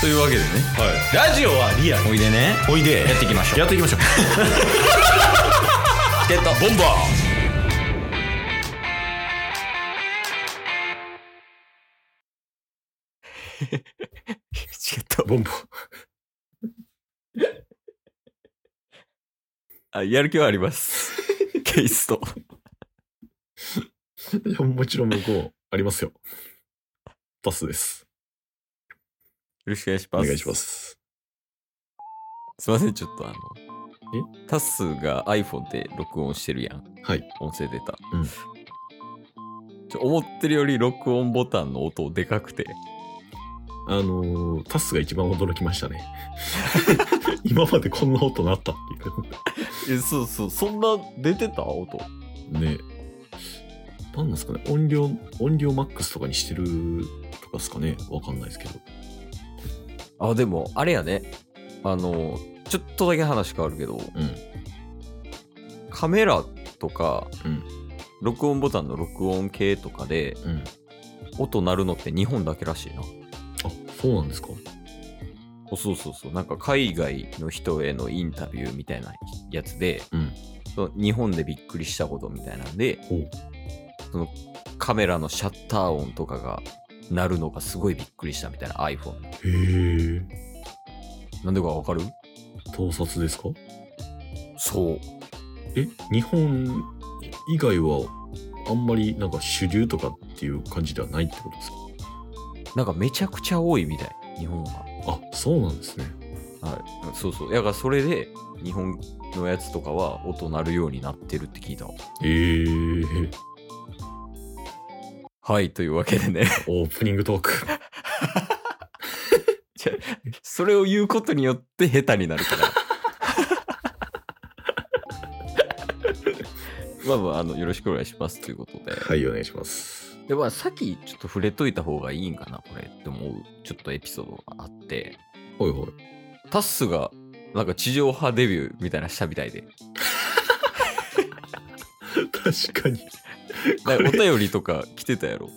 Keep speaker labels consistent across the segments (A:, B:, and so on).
A: というわけでね
B: ラジオはリアル
A: おいでね
B: おいで
A: やっていきましょう
B: やっていきましょう
A: チケットボンバー
B: チケット ボンボ
A: あやる気はあります ケイスト
B: いや もちろん向こうありますよタスです
A: よろしくお願いし
B: お
A: ます
B: 願いします
A: すいませんちょっとあのタスが iPhone で録音してるやん
B: はい
A: 音声出た、
B: うん
A: ちょ思ってるより録音ボタンの音でかくて
B: あのー、タスが一番驚きま したね今までこんな音なったって
A: えそうそうそんな出てた音
B: いうね何なんですかね音量音量マックスとかにしてるとかですかねわかんないですけど
A: あでもあれやねあのちょっとだけ話変わるけど
B: うん
A: カメラとか、
B: うん
A: 録音ボタンの録音系とかで
B: うん
A: 音鳴るのって日本だけらしいな
B: あそうなんですか
A: おそうそうそうなんか海外の人へのインタビューみたいなやつで
B: うん
A: その日本でびっくりしたことみたいなんで
B: ほう
A: そのカメラのシャッター音とかが鳴るのがすごいびっくりしたみたいな iPhone
B: へえ
A: なんでかわかる
B: 盗撮ですか
A: そう
B: え日本以外はあんまりなんか主流とかっていう感じではないってことです
A: なんかめちゃくちゃ多いみたい日本は
B: かあそうなんですね
A: はい、そうそう。やからそれで日本のやつとかは音鳴るようになってるって聞いたわ。
B: えー、
A: はい、というわけでね。
B: オープニングトーク
A: それを言うことによって下手になるから。 まあまあ、あの、よろしくお願いしますということで。
B: はいお願いします
A: で、まあ、さっきちょっと触れといた方がいいんかな、これって思う、ちょっとエピソードがあって、
B: ほいほい
A: タッスが、なんか地上波デビューみたいなのしたみたいで、
B: 確かに
A: なんかお便りとか来てたやろ。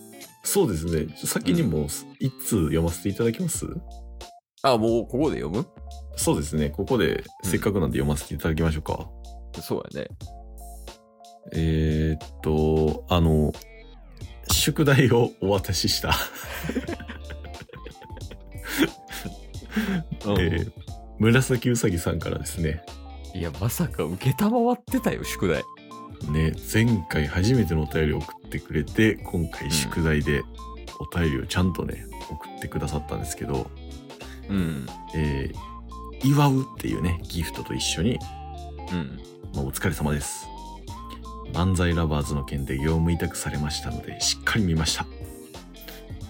B: そうですね先にも一通読ませていただきます、
A: あ、もうここで読む
B: そうですねここでせっかくなんで読ませていただきましょうか、
A: そうやね。
B: えー、っと、あの、宿題をお渡しした。
A: うん
B: えー紫うさぎさんからですね。
A: いや、まさか、受けたまわってたよ、宿題。
B: ね、前回初めてのお便りを送ってくれて、今回宿題でお便りをちゃんとね、送ってくださったんですけど、
A: うん。
B: えー祝うっていうね、ギフトと一緒に、
A: うん。
B: まあ、お疲れ様です。漫才ラバーズの件で業務委託されましたので、しっかり見ました。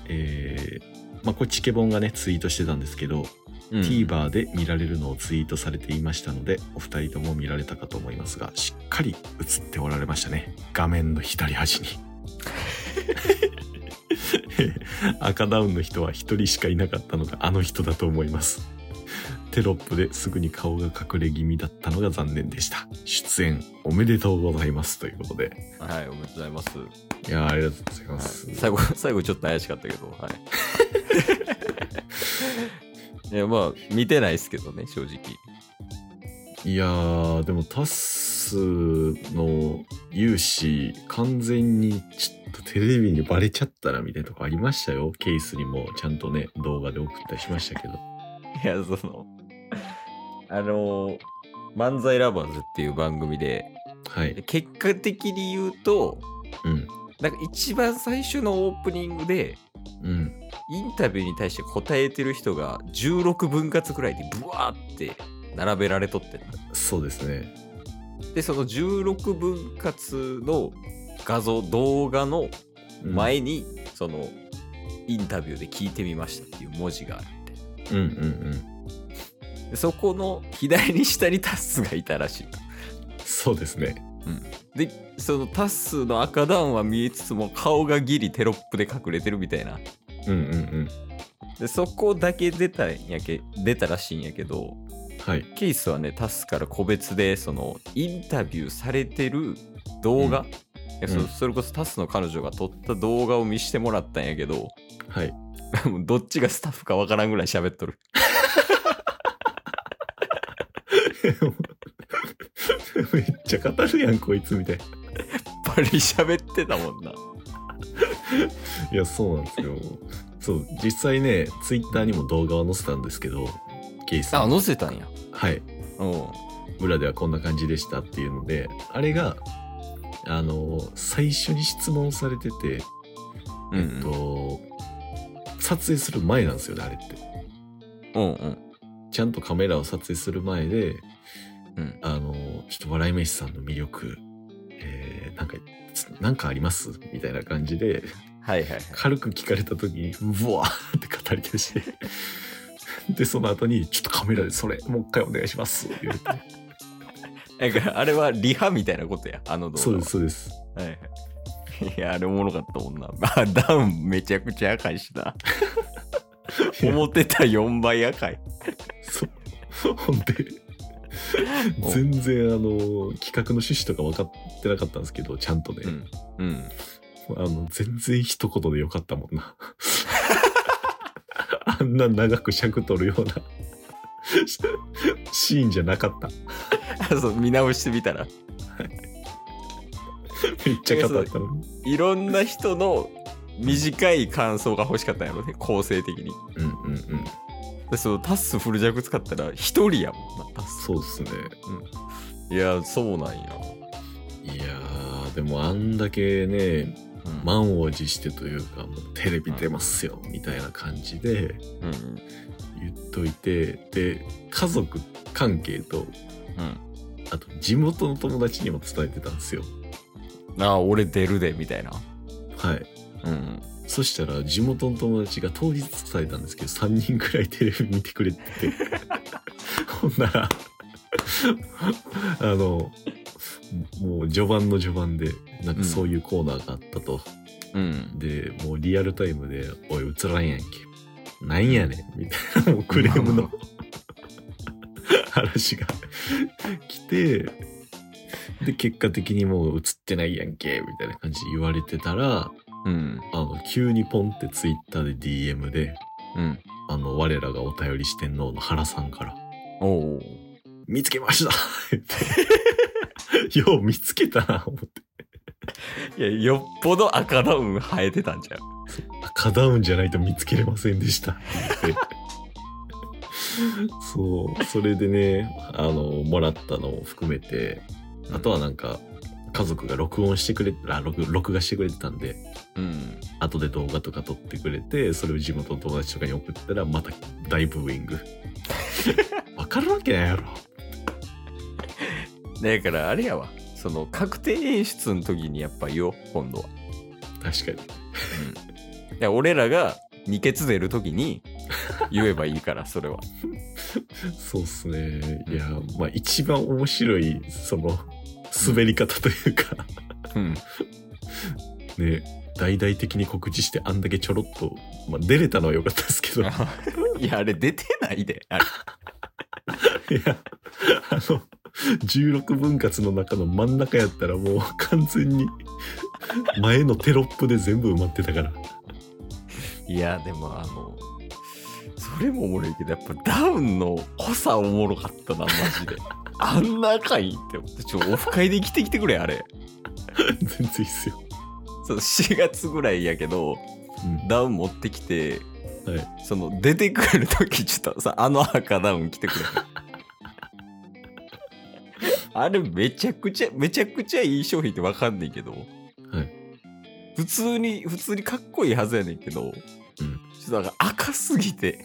B: えー、まあ、これチケボンがね、ツイートしてたんですけど、
A: うん、
B: TVer で見られるのをツイートされていましたので、お二人とも見られたかと思いますが、しっかり映っておられましたね。画面の左端に。 赤ダウンの人は一人しかいなかったのがあの人だと思います。テロップですぐに顔が隠れ気味だったのが残念でした。出演おめでとうございますということで。
A: はい、おめでとうございます。
B: いやーありがとうございます。
A: はい、最後、 最後ちょっと怪しかったけど、はい。い や、まあ、見てないですけどね、正直。
B: いやーでもタッスの勇姿完全にちょっとテレビにバレちゃったなみたいなとこありましたよケースにもちゃんとね動画で送ったりしましたけど
A: いや、その、あのー、漫才ラバーズっていう番組で、
B: はい
A: 結果的に言うと、
B: うん
A: なんか一番最初のオープニングで、
B: うん
A: インタビューに対して答えてる人が16分割くらいでブワーって並べられとってんの
B: そうですね
A: でその16分割の画像動画の
B: うん
A: 前に、そのインタビューで聞いてみましたっていう文字があるみたい
B: うんうんうん
A: なでそこの左下にタッスがいたらしい
B: そうですね
A: でそのタッスの赤ダウンは見えつつも顔がギリテロップで隠れてるみたいな
B: うんうんうん
A: でそこだけ出たんやけ出たらしいんやけど
B: はい
A: ケースはね、タスから個別で、その、インタビューされてる動画、
B: うん
A: いやそ
B: うん
A: それこそタスの彼女が撮った動画を見してもらったんやけど、
B: はい
A: もうどっちがスタッフかわからんぐらい喋っとる。
B: めっちゃ語るやんこいつみたいな
A: バリ喋ってたもんな。
B: いやそうなんですよそう実際ねツイッターにも動画を載せたんですけどケイさ
A: あ、
B: ん
A: 載せたんや。
B: はい
A: うん。
B: 裏ではこんな感じでしたっていうのであれがあの最初に質問されてて、
A: うん
B: えっと撮影する前なんですよねあれって
A: うんうん。
B: ちゃんとカメラを撮影する前で
A: うん。
B: あのちょっと笑い飯さんの魅力、えーなんかつなんかありますみたいな感じで
A: はいはいはい。
B: 軽く聞かれた時にうわーって語り出してでその後に「ちょっとカメラでそれもう一回お願いします」って 言われて
A: だから、あれはリハみたいなことや、あの動画は。
B: そうですそうです
A: はいはい。 いや、あれおもろかったもんな。 あ、ダウンめちゃくちゃ赤いし な。思ってた4倍赤い。
B: そうほんで
A: お
B: 全然あの企画の趣旨とか分かってなかったんですけどちゃんとね、
A: うん。うん。
B: あの全然一言でよかったもんな あんな長く尺取るようなシーンじゃなかった
A: あ そう、見直してみたら。
B: めっちゃ語ったのに
A: いろんな人の短い感想が欲しかったんやろね、構成的に。
B: うんうんうん
A: で、そのタッスフル弱使ったら一人やもんな、タッス。
B: そうっすね
A: いや、そうなんや。
B: いやーでもあんだけね
A: うん
B: 満を持してというかもうテレビ出ますよみたいな感じで
A: うんうん。
B: 言っといてで家族関係と
A: うん。
B: あと地元の友達にも伝えてたんですよ
A: ああ、俺出るで、みたいな。
B: はい
A: うん。
B: そしたら地元の友達が当日伝えたんですけど3人くらいテレビ見てくれて てほんならあのもう序盤の序盤でなんかそういうコーナーがあったと、
A: うん。
B: でもうリアルタイムで「おい映らんやんけ」「なんやねん」みたいなもうクレームの話が来てで結果的にもう映ってないやんけみたいな感じで言われてたら
A: うん。
B: あの急にポンってツイッターで DM で
A: うん。
B: あの我らがお便り四天王の原さんから
A: おう
B: 「見つけました!」 ってよう見つけたな思って
A: いや、よっぽど赤ダウン生えてたんじゃん。
B: 赤ダウンじゃないと見つけれませんでしたって言ってそうそれでねあのもらったのを含めてあとはなんか家族が録音してくれあ録録画してくれてたんで
A: うん。
B: 後で動画とか撮ってくれてそれを地元の友達とかに送ったらまた大ブーイングわかるわけないやろ
A: だからあれやわ。その確定演出の時にやっぱ言おう、今度は。
B: 確か
A: いや俺らが二ケツ出る時に言えばいいから、それは。
B: にそうっすねいやまあ一番面白いその滑り方というか
A: うん。
B: ね大々的に告知してあんだけちょろっと、まあ、出れたのは良かったですけどいや
A: いや、あれ出てないで。あれ
B: あの16分割の中の真ん中やったらもう完全に前のテロップで全部埋まってたから
A: いや、でもあの、それもおもろいけど、やっぱダウンの濃さおもろかったな、マジ で。あんな赤いんって思って、ちょ、オフ会で来てきてくれ、あれ。
B: 全然いいっすよ、
A: そう、4月ぐらいやけど、
B: うん
A: ダウン持ってきて、
B: はい、
A: その出てくるときちょっとさあの赤ダウン着て くれあれめちゃくちゃめちゃくちゃいい商品ってわかんないけど、普通に普通にかっこいいはずやねんけど、ちょっとなんか赤すぎて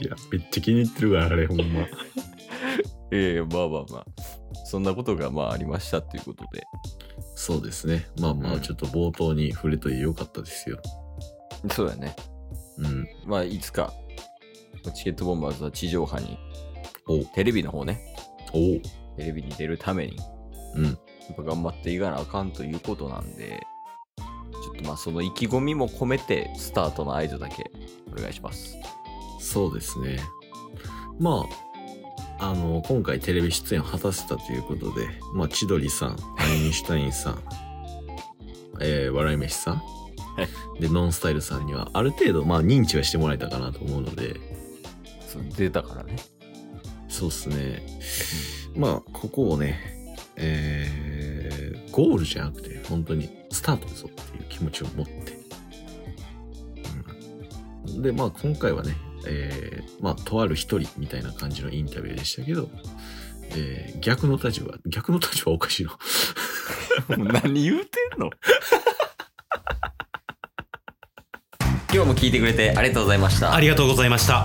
B: いやめっちゃ気に入ってるわあれほんま
A: ええまあまあまあそんなことがまあありましたということで
B: そうですねまあま
A: う
B: あ
A: ん
B: ちょっと冒頭に触れといてよかったですよ
A: そうだね
B: うん
A: まあいつかチケットボンバーズは地上波に
B: お
A: テレビの方ね
B: おう
A: テレビに出るために
B: うん
A: やっぱ頑張っていかなあかんということなんで、ちょっとまあその意気込みも込めて、スタートの合図だけお願いします。
B: そうですねまああの今回テレビ出演を果たせたということで、まあ、千鳥さんアインシュタインさん、えー笑い飯さんでノンスタイルさんにはある程度まあ認知はしてもらえたかなと思うので
A: そう出たからね
B: そうっすねまあここをねえー、ゴールじゃなくて本当にスタートだぞっていう気持ちを持って、うん、でまあ今回はねえー、まあとある一人みたいな感じのインタビューでしたけど、えー、逆の立場逆の立場はおかしいな
A: もう何言うてんの 今日も聞いてくれてありがとうございました
C: ありがとうございました。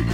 C: ます